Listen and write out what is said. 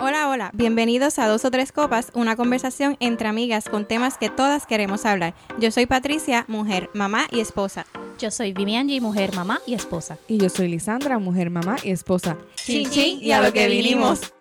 Hola, hola, bienvenidos a Dos o Tres Copas, una conversación entre amigas con temas que todas queremos hablar. Yo soy Patricia, mujer, mamá y esposa. Yo soy Vivianji, mujer, mamá y esposa. Y yo soy Lisandra, mujer, mamá y esposa. Chin, chin, y a lo que vinimos.